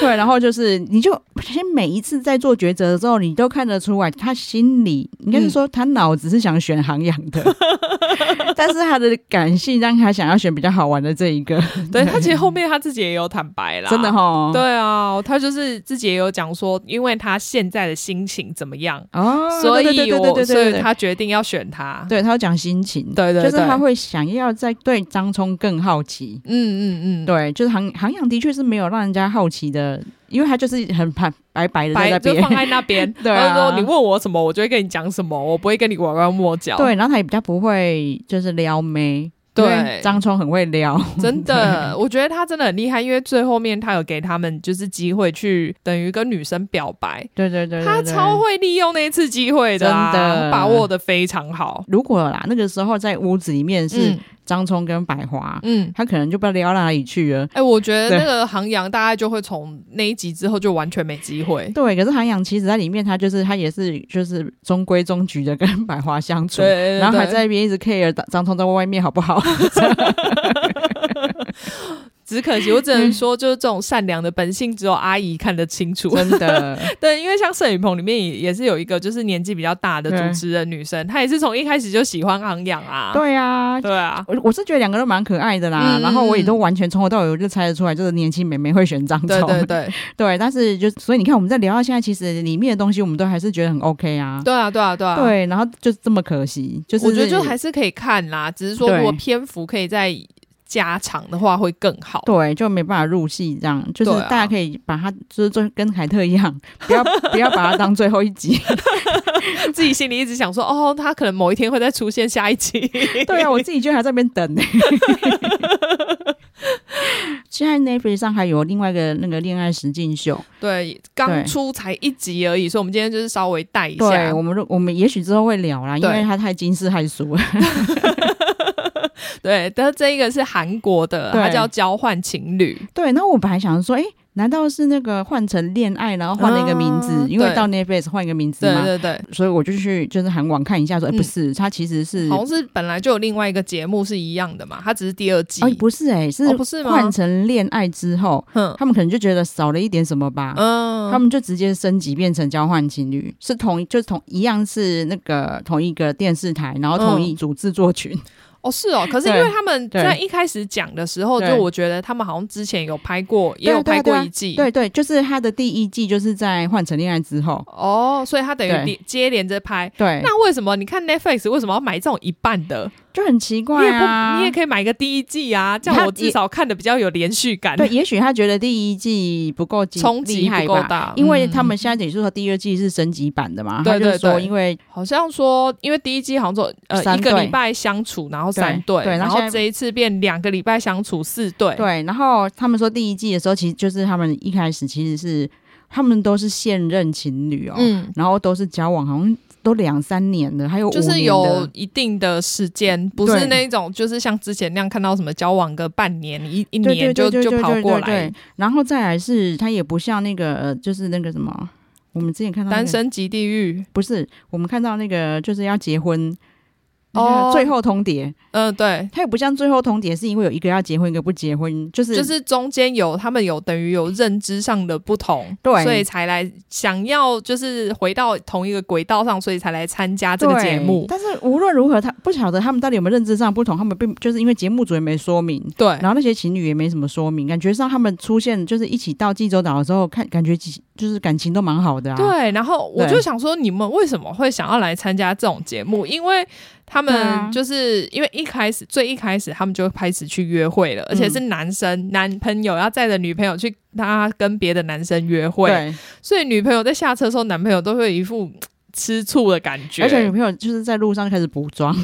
B: 对，然后就是你就先每一次在做抉择的时
A: 嗯
B: 候，你都看得出来，他心里应该是说他脑子是想选行养的， *laughs* 但是他的感性让他想要选比较好玩的这一个，
A: 对他其实后面他自己也有坦白啦，
B: 真的哦哈。
A: 对啊，他就是自己也有讲说，因为他现在的心情怎么样，
B: 哦，
A: 所
B: 对对
A: 以
B: 对对
A: 我
B: 对
A: 所
B: 对
A: 以
B: 对，
A: 他决定要选他。
B: 对他有讲心情，
A: 对对
B: 就是他
A: 对
B: 会想要再对张冲更好奇。
A: 嗯嗯嗯，
B: 对，就是航航养的确是没有让人家好奇的，因为他就是很白白白的在
A: 白
B: 那
A: 就
B: 边
A: 放，在那边。
B: *laughs* 对啊
A: 他就说你问我什么，我就会跟你讲什么，我不会跟你拐弯抹角。
B: *laughs* 对，然后他也比较不会就是撩妹，
A: 对
B: 因为
A: *laughs*
B: 张冲很会撩，
A: 真的，我觉得他真的很厉害，因为最后面他有给他们就是机会去等于跟女生表白，
B: *laughs* 对对对对
A: 他
B: 对
A: 超会利用那一次机会的、啊，
B: 真的
A: 把握的非常好。
B: 如果啦，那个时候在屋子里面是
A: 嗯
B: 张冲跟百花，
A: 嗯，
B: 他可能就不知道撩到哪里去了。
A: 哎、我觉得
B: 对
A: 那个航阳大概就会从那一集之后就完全没机会。
B: 对，可是韩阳其实在里面，他就是他也是就是中规中矩的跟百花相处，
A: 对对对
B: 然后还在那边一直 care 张张冲在外面好不好？
A: *laughs* 只可惜，我只
B: 嗯
A: 能说，就是这种善良的本性，只有阿姨看得
B: *laughs*
A: 清楚。
B: 真的，
A: 对，因为像摄影棚里面也也是有一个，就是年纪比较大的主持人女生，她也是从一开始就喜欢昂养啊。
B: 对啊。
A: 对
B: *laughs*
A: 啊，
B: 我我是觉得两个都蛮可爱的啦，
A: 嗯
B: 然后我也都完全从头到尾我就猜得出来，就是年轻妹妹会选张冲，
A: 对
B: *laughs*
A: 对对，
B: 对但是就所以你看我们在聊到现在，其实里面的东西我们都还是觉得很 OK 啊，
A: 对啊，对啊，对啊。
B: 对，然后就这么可惜，就是
A: 我觉得就还是可以看啦，只是说
B: 对
A: 如果篇幅可以再加长的话，会更好。
B: 对，就没办法入戏，这样就是
A: 对啊
B: 大家可以把它就是做跟凯特一样，不要 *laughs* 不要把它当最后一
A: *laughs*
B: 集。
A: 自己心里一直想说，哦，他可能某一天会再出现下一
B: *laughs*
A: 集。
B: 对啊，我自己就还在那边等
A: *laughs*
B: 呢、现在 Netflix 上还有另外一个那个恋爱实境秀，
A: 对，
B: 对
A: 刚出才一集而已，所以我们今天就是稍微带一
B: 对
A: 下
B: 我。们如我们也许之后会聊啦，因为
A: 对
B: 它太惊世骇俗了。
A: 对，但是这一个是韩国的，
B: 对
A: 它叫交换情侣。
B: 对，然后我本来想说，哎、难道是那个换成恋爱，然后换了一个名字？
A: 啊
B: 因为
A: 对
B: 到 Netflix 换一个名字
A: 对
B: 嘛，
A: 对对，
B: 所以我就去就是韩网看一下说，哎、
A: 嗯
B: 不是，它其实是
A: 好像是本来就有另外一个节目是一样的嘛，它只是第二季。
B: 哦，不是哎、是
A: 哦不是吗
B: 换成恋爱之后，
A: 哼
B: 他们可能就觉得少了一点什么吧，
A: 嗯，
B: 他们就直接升级变成交换情侣，是同就是同一样是那个同一个电视台，然后同一组制作群，
A: 哦是哦，可是因
B: 对
A: 为他们
B: 对
A: 在一开始讲的时候，
B: 对
A: 就我觉得他们好像之前有拍过，也
B: 对啊
A: 有
B: 对啊
A: 拍过
B: 对啊
A: 一季。
B: 对对，就是他的第一季就是在换成恋爱之后，
A: 哦，所以他等于
B: 对
A: 连接连着拍。
B: 对，
A: 那为什么你看 Netflix 为什么要买这种一半的？
B: 就很奇
A: 你
B: 怪
A: 也
B: 啊，
A: 不，你也可以买个第一季啊，这样
B: 他
A: 我至少看的比较有连续感，
B: 对，也许他觉得第一季不够紧
A: 冲
B: 厉
A: 击
B: 害
A: 不够
B: 吧。
A: 大。
B: 因为
A: 嗯
B: 他们现在等于说第二季是升级版的嘛，
A: 对
B: 他就
A: 对
B: 说
A: 对
B: 因为
A: 好像说，因为第一季好像说呃
B: 三
A: 一个
B: 对
A: 礼拜相处，然后三对，
B: 对然
A: 然
B: 后
A: 后
B: 现在
A: 这一次变两个礼拜相处四对，
B: 对，然后他们说第一季的时候，其实就是他们一开始其实是他们都是现任情侣哦，
A: 嗯，
B: 然后都是交往好像都两三年了，还有
A: 就
B: 五
A: 是
B: 年
A: 有
B: 的
A: 一定的时间，不是
B: 对
A: 那一种就是像之前那样看到什么交往个半年一一
B: 对对
A: 年
B: 对
A: 就
B: 对
A: 就
B: 对
A: 跑
B: 对对
A: 过来
B: 对，，然后再来是他也不像那个呃就是那个什么。我们之前看到、那个
A: 单身即地狱，
B: 不是，我们看到那个就是要结婚
A: 哦
B: 最后通牒，
A: 嗯，对，
B: 他也不像最后通牒，是因为有一个要结婚，一个不结婚，就是
A: 就是中间有他们有等于有认知上的不同，
B: 对
A: 所以才来想要就是回到同一个轨道上，所以才来参加这个
B: 对
A: 节目。
B: 但是无论如何，他不晓得他们到底有没有认知上不同，他们并就是因为节目组也没说明，
A: 对，
B: 然后那些情侣也没什么说明，感觉上他们出现就是一起到济州岛的时候，看感觉其就是感情都蛮好的啊。
A: 对，然后我
B: 对
A: 就想说，你们为什么会想要来参加这种节目？因为他
B: 对啊
A: 们就是、因为一开始最一开始他们就开始去约会了，而且是
B: 嗯
A: 男生、男朋友要载着女朋友去他跟别的男生约会，
B: 对，
A: 所以女朋友在下车的时候，男朋友都会有一副。吃醋的感觉，
B: 而且女朋友就是在路上就开始补
A: *laughs*
B: 妆，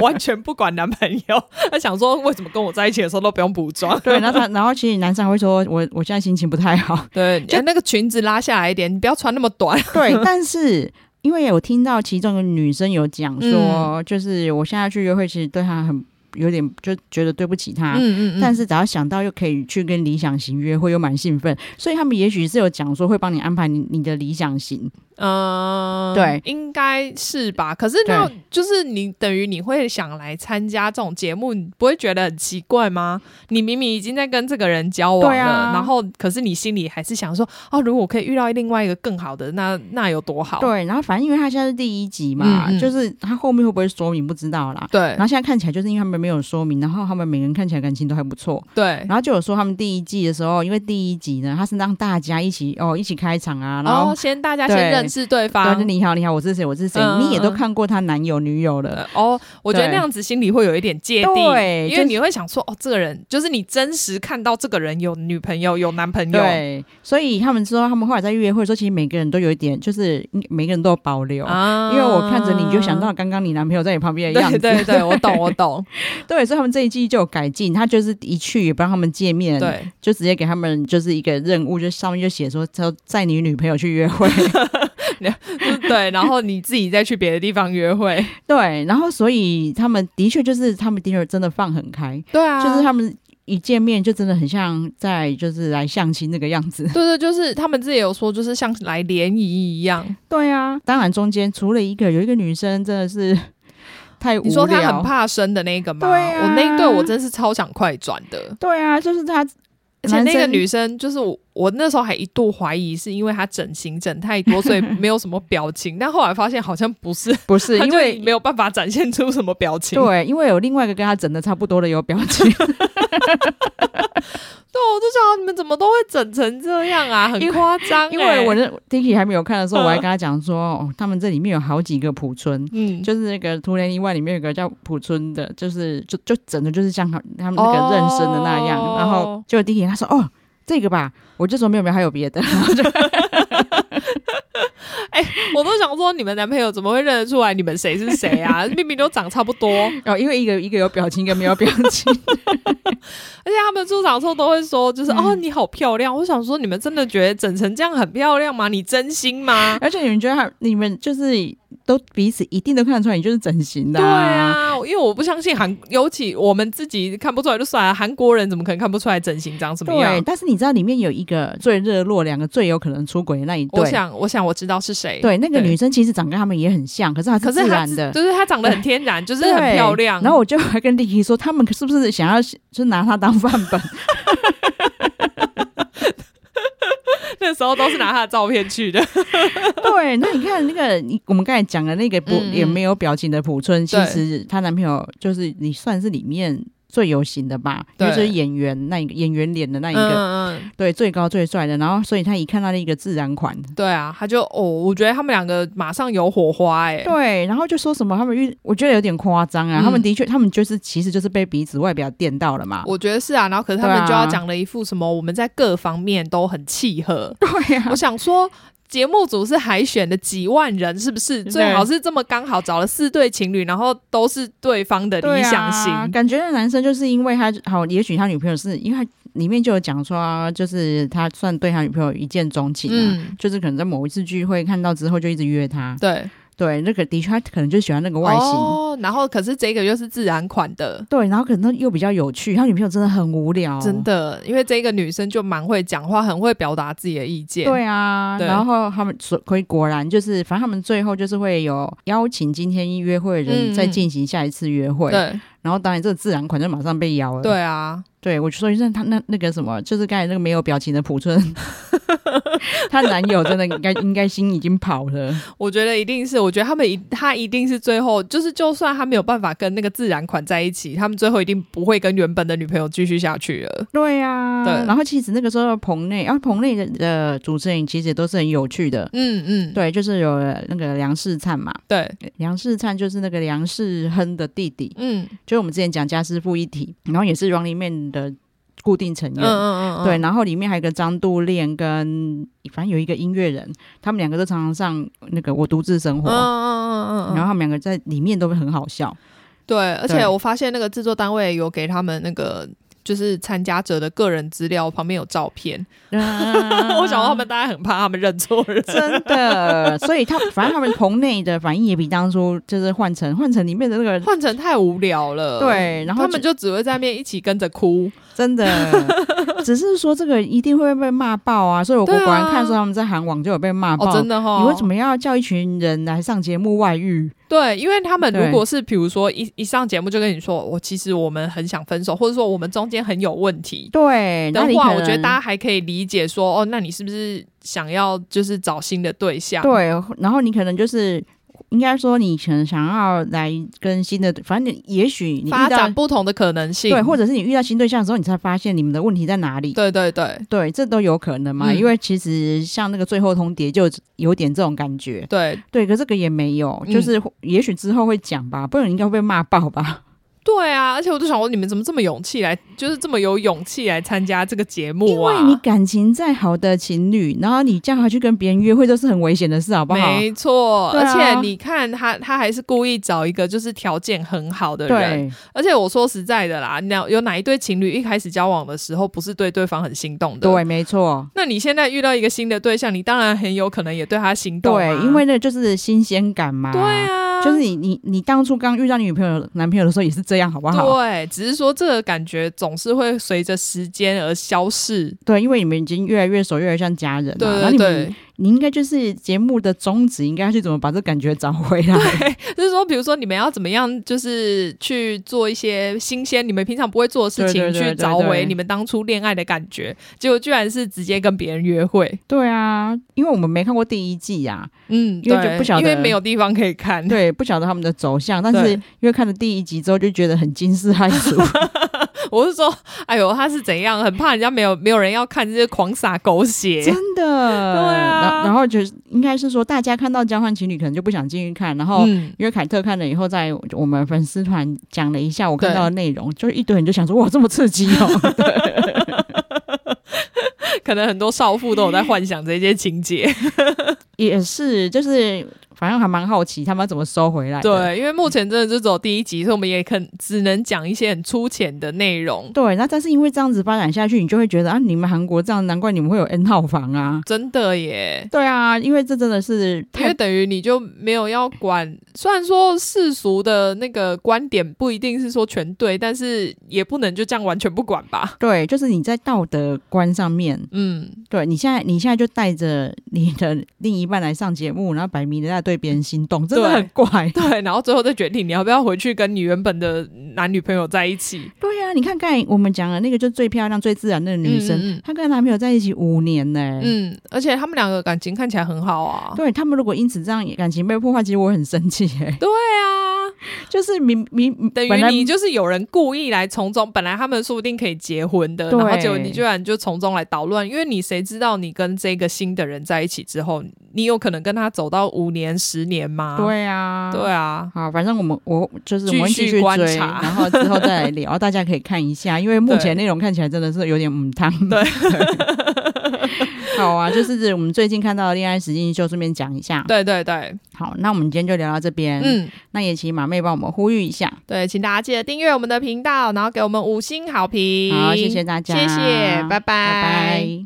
A: 完全不管男朋友，他想说为什么跟我在一起的时候都不用补妆？
B: *laughs* 对，然后他然后其实男生还会说我我现在心情不太
A: *laughs*
B: 好，
A: 对，
B: 就
A: 就那个裙子拉下来一点，你不要穿那么短。
B: 对，但是。因为有听到其中有女生有讲说，
A: 嗯
B: 就是我现在去约会，其实对他很有点就觉得对不起他，
A: 嗯
B: 但是只要想到又可以去跟理想型约会，又蛮兴奋，所以他们也许是有讲说会帮你安排你你的理想型，
A: 嗯，
B: 对
A: 应该是吧？可是那就是你等于你会想来参加这种节目，你不会觉得很奇怪吗？你明明已经在跟这个人交往
B: 对
A: 了，
B: 啊
A: 然后可是你心里还是想说，哦，如果我可以遇到另外一个更好的，那那有多好？
B: 对，然后反正因为他现在是第一集嘛，
A: 嗯嗯
B: 就是他后面会不会说明不知道啦。
A: 对
B: 然后现在看起来就是因为他们没有说明，然后他们每个人看起来感情都还不错。
A: 对，
B: 然后就有说他们第一季的时候，因为第一集呢，他是让大家一起哦一起开场啊，然
A: 然
B: 后
A: 后哦先大家
B: 对
A: 先认识对
B: 对，
A: 方
B: 就。你好你好，我是谁我是谁，
A: 啊嗯
B: 你也都
A: 嗯
B: 看过她男友女友了，
A: 呃哦，我觉得
B: 对
A: 那样子心里会有一点芥蒂，
B: 对
A: 因
B: 就
A: 为
B: 是
A: 你会想说，哦，这个人就是你真实看到这个人有女朋友、嗯有男朋友，
B: 对，所以他们之后他们后来在约会的时候，其实每个人都有一点，就是嗯每个人都有保留。
A: 啊
B: 因为我看着你就想到刚刚你男朋友在你旁边的样子，
A: 嗯对对对，我懂我
B: *laughs*
A: 懂，
B: 对，所以他们这一季就有改进，他就是一去也不让他们见面，， *laughs*
A: 对，
B: 就直接给他们就是一个任务，就上面就写说要载你女朋友去约
A: *laughs*
B: 会，
A: 就是对，然后你自己再去别的地方约会，
B: 对，然后所以他们的确就是他们的确真的放很开，
A: *laughs* 对啊
B: 就是他们一见面就真的很像在就是来相亲那个样子。
A: 对对，就是他们自己有说，就是像来联谊一样。
B: 对啊，当然中间除了一个有一个女生真的是太无聊，
A: 你说他很怕生的那个吗？
B: 对啊
A: 我那一对我真是超想快转的。
B: 对啊，就是他，
A: 而且那
B: 男
A: 个
B: 生
A: 女生，就是我，我那时候还一度怀疑是因为她整形整太多，
B: *laughs*
A: 所以没有什么表情。但后来发现好像不是，
B: 不是
A: 她
B: 因
A: 就
B: 为
A: 没有办法展现出什么表情。
B: 对，因为有另外一个跟他整的差不多的有表
A: *laughs*
B: 情，
A: 对，我就想哦你们怎么都会整成这样啊，很
B: 因为
A: 夸张欸、
B: 因为我那 Dicky 还没有看的时候，
A: 嗯
B: 我还跟他讲说，哦，他们这里面有好几个朴村。
A: 嗯，
B: 就是那个《图雷意外》里面有个叫朴村的，就是就就整的就是像他他们那个认生的那样，
A: 哦
B: 然后就 d i k 他说哦这个吧，我就说没有没有还有别
A: *laughs*
B: 的，然后就
A: *laughs* 我都想说，你们男朋友怎么会认得出来你们谁是谁 *laughs* 啊？明明都长差不多，而
B: 哦因为一个一个有表情，一个没有表情，
A: *laughs* 且他们出场的时候都会说，就是、哦，你好漂亮。我想说，你们真的觉得整成这样很漂亮吗？你真心吗？
B: 而且你们觉得他你们就是都彼此一定都看得出来，你就是整形的、
A: *laughs* 对，啊，因为我不相信韩，尤其我们自己看不出来就算了，韩国人怎么可能看不出来整形长什么
B: 对
A: 样。？
B: 但是你知道里面有一个最热络，两个最有可能出轨的那一
A: 我
B: 对，
A: 想，我想我知道是谁。
B: 对那个女生其实长跟他们也很像，可是她
A: 可
B: 是
A: 是
B: 自
A: 她
B: 然的。
A: 就是她长得很天然，就是很
B: 对
A: 漂亮。
B: 然后我就还跟 Dicky 说，他们是不是想要就是拿她当范
A: *laughs*
B: 本？
A: 那时候都是拿她的照片去 *laughs* 的。
B: 对，那你看那个，你我们刚才讲的那个不
A: 嗯嗯
B: 也没有表情的朴春，其
A: 对
B: 实她男朋友就是你算是里面最有型的吧，因
A: 对
B: 为就是演员那一个演员脸的那一个，
A: 嗯嗯，
B: 对，最高最帅的。然后所以他一看到那个自然款，
A: 对啊，她就哦，我觉得他们两个马上有火花哎、
B: 对，然后就说什么他们遇，我觉得有点夸张啊，
A: 嗯
B: 他们的确，他们就是其实就是被彼此外表电到了嘛。
A: 我觉得是啊，然后可是他
B: 对
A: 们
B: 啊
A: 就要讲了一副什么，我们在各方面都很
B: *laughs*
A: 契合。
B: 对啊呀
A: 我想说，节目组是海选的几万人，是不是？
B: 对
A: 最好是这么刚好找了四对情侣，然后都是对方的理想型。
B: 对啊感觉那男生就是因为他好，也许他女朋友是因为他里面就有讲说、啊，就是他算对他女朋友一见钟情、啊，
A: 嗯，
B: 就是可能在某一次聚会看到之后就一直约他，
A: 对，
B: 对，那个的确他可能就喜欢那个外形。
A: 哦，然后可是这个又是自然款的。
B: 对，然后可能他又比较有趣，他女朋友真的很无聊，
A: 真。的，因为这个女生就蛮会讲话，很会表达自己的意见。
B: 对啊，
A: 对
B: 然后他们所可以果然就是，反正他们最后就是会有邀请今天约会的
A: 嗯嗯
B: 人再进行下一次约会，
A: 对
B: 然后当然这个自然款就马上被邀了。
A: 对啊，
B: 对，我就说那他那那个什么，就是刚才那个没有表情的朴
A: *laughs*
B: 春，她男友真的应该应该心已经跑了。
A: 我觉得一定是，我觉得他们一他一定是最后，就是就算他没有办法跟那个自然款在一起，他们最后一定不会跟原本的女朋友继续下去了。
B: 对呀、啊
A: 对
B: 然后其实那个时候棚内，啊棚内的的主持人其实也都是很有趣的。
A: 嗯嗯，
B: 对，就是有那个梁世灿嘛，
A: 对，
B: 梁世灿就是那个梁世亨的弟弟，
A: 嗯
B: 就是我们之前讲家师傅一体，然后也是 Running Man 的固定成
A: 嗯
B: 员。
A: 嗯嗯，
B: 对，然后里面还有一个张度炼跟反正有一个音乐人，他们两个都常常上那个我独自生活。
A: 嗯嗯嗯嗯
B: 然
A: 嗯，
B: 后他们两个在里面都会很好笑。
A: 对，而且
B: 对
A: 我发现那个制作单位有给他们那个。就是参加者的个人资料旁边有照片， *laughs*
B: *laughs*
A: 我想 *laughs* 他们大家很怕他们认错人，
B: 真的，所以他反正他们棚内的反应也比当初就是换成换成里面的那个
A: *laughs* 换成太无聊了。
B: 对然后
A: 他们就只会在那边一起跟着哭。
B: 真的，只是说这个一定会被骂爆啊，所以我果
A: 对啊
B: 然看说他们在韩网就有被骂爆。
A: 哦，真的哈、
B: 你为什么要叫一群人来上节目外遇？
A: 对，因为他们
B: 对
A: 如果是比如说一一上节目就跟你说，我其实我们很想分手，或者说我们中间很有问题
B: 对，
A: 的
B: 那你
A: 话，
B: 可
A: 我觉得
B: 能
A: 大家还可以理解说，哦，那你是不是想要就是找新的对象？
B: 对，然后你可能就是应该说你可能想要来跟新的，反正你也许你遇
A: 发
B: 到
A: 展不同的可能性。
B: 对，或者是你遇到新对象的时候，你才发现你们的问题在哪里。
A: 对对对
B: 对，这都有可能嘛，
A: 嗯
B: 因为其实像那个最后通牒就有点这种感觉，
A: 对
B: 对，可这个也没有，
A: 嗯
B: 就是也许之后会讲吧，不然应该会被骂爆
A: *laughs*
B: 吧。
A: 对啊！而且我就想说，你们怎么这么勇气来，就是这么有勇气来参加这个节
B: 因
A: 目啊？
B: 为你感情再好的情侣，然后你叫他去跟别人约会都是很危险的事，好不好？
A: 没错，
B: 对
A: 而
B: 啊
A: 且你看他，他还是故意找一个就是条件很好的人，
B: 对，
A: 而且我说实在的啦，那有哪一对情侣一开始交往的时候不是对对方很心动的？。
B: 对，没错。
A: 那你现在遇到一个新的对象，你当然很有可能也对他心动、啊。
B: 对，因为那就是新鲜感嘛。
A: 对啊，
B: 就是你你你当初刚遇到你女朋友男朋友的时候也是这样，好不好？
A: 对，只是说这个感觉总是会随着时间而消逝。
B: 对，因为你们已经越来越熟，越来越像家人了。
A: 对
B: 啊然后你
A: 对
B: 们
A: 对，
B: 你应该就是节目的宗旨，应该去怎么把这感觉找回来。
A: 就是说，比如说你们要怎么样，就是去做一些新鲜你们平常不会做的事情，
B: 对对对
A: 去找
B: 对对
A: 回你们当初恋爱的感觉。结果居然是直接跟别人约会，
B: *laughs* 对啊，因为我们没看过第一季呀、
A: 嗯，
B: 因为就
A: 对
B: 不晓
A: 因为
B: 得
A: 没有地方可以看。
B: 对，不晓得他们的走向，但是
A: 嗯对
B: 因为看了第一集之后就觉得很惊世骇
A: *laughs*
B: 俗。
A: 我是说，哎呦，他是怎样？很怕人家没有没有人要看，就是狂撒狗血。
B: 真的，
A: 对啊
B: 然然后就是应该是说，大家看到交换情侣可能就不想进去看，然后
A: 嗯，
B: 因为凯特看了以后，在我们粉丝团讲了一下我看
A: 对
B: 到的内容，就是一堆人就想说哇这么刺激
A: *laughs*
B: 哦，
A: 可能很多少妇都有在幻想这些情
B: 嗯
A: 节。
B: 也是就是反正还蛮好奇他们要怎么收回来的。
A: 对，因为目前真的就只有第一集，所以我们也肯只能讲一些很粗浅的内容。
B: 对，那但是因为这样子发展下去，你就会觉得啊，你们韩国这样，难怪你们会有 N 号房啊。
A: 真的耶，
B: 对啊，因为这真的是
A: 因为
B: 太
A: 等于你就没有要管。虽然说世俗的那个观点不一定是说全对，但是也不能就这样完全不管吧。
B: 对，就是你在道德观上面，
A: 嗯，
B: 对你现在你现在就带着你的另一半来上节目，然后摆明的在对别人心动，真的
A: 对
B: 很怪。 *laughs*
A: 对，然后最后再决定你要不要回去跟你原本的男女朋友在一起。
B: 对啊，你看刚才我们讲的那个，就最漂亮、最自然的女生，
A: 嗯嗯嗯
B: 她跟她男朋友在一起五年呢、
A: 嗯，而且他们两个感情看起来很好啊。
B: 对他们如果因此这样感情被破坏，其实我会很生气哎、
A: 对啊，
B: *laughs* 就是明明
A: 等
B: 本
A: 于
B: 来
A: 你就是有人故意来从中，本来他们说不定可以结婚的，
B: 对
A: 然后结果你居然就从中来捣乱，因为你谁知道你跟这个新的人在一起之后，你有可能跟他走到五年、十年吗？
B: 对啊，
A: 对啊，
B: 好，反正我们我就是我们会
A: 继续
B: 继续
A: 观
B: 追，
A: 察
B: 然后之后再来
A: *laughs*
B: 聊，大家可以看一下，因为目前内容看起来真的是有点母汤。
A: *laughs*
B: 对， *laughs* 好啊，就是我们最近看到的恋爱实境秀，顺便讲一下。
A: 对对对，
B: 好，那我们今天就聊到这边。嗯，
A: 嗯，
B: 那也请马妹帮我们呼吁一下。
A: 对，请大家记得订阅我们的频道，然后给我们五星好评。
B: 好，谢谢大家，
A: 谢谢，拜拜
B: 拜拜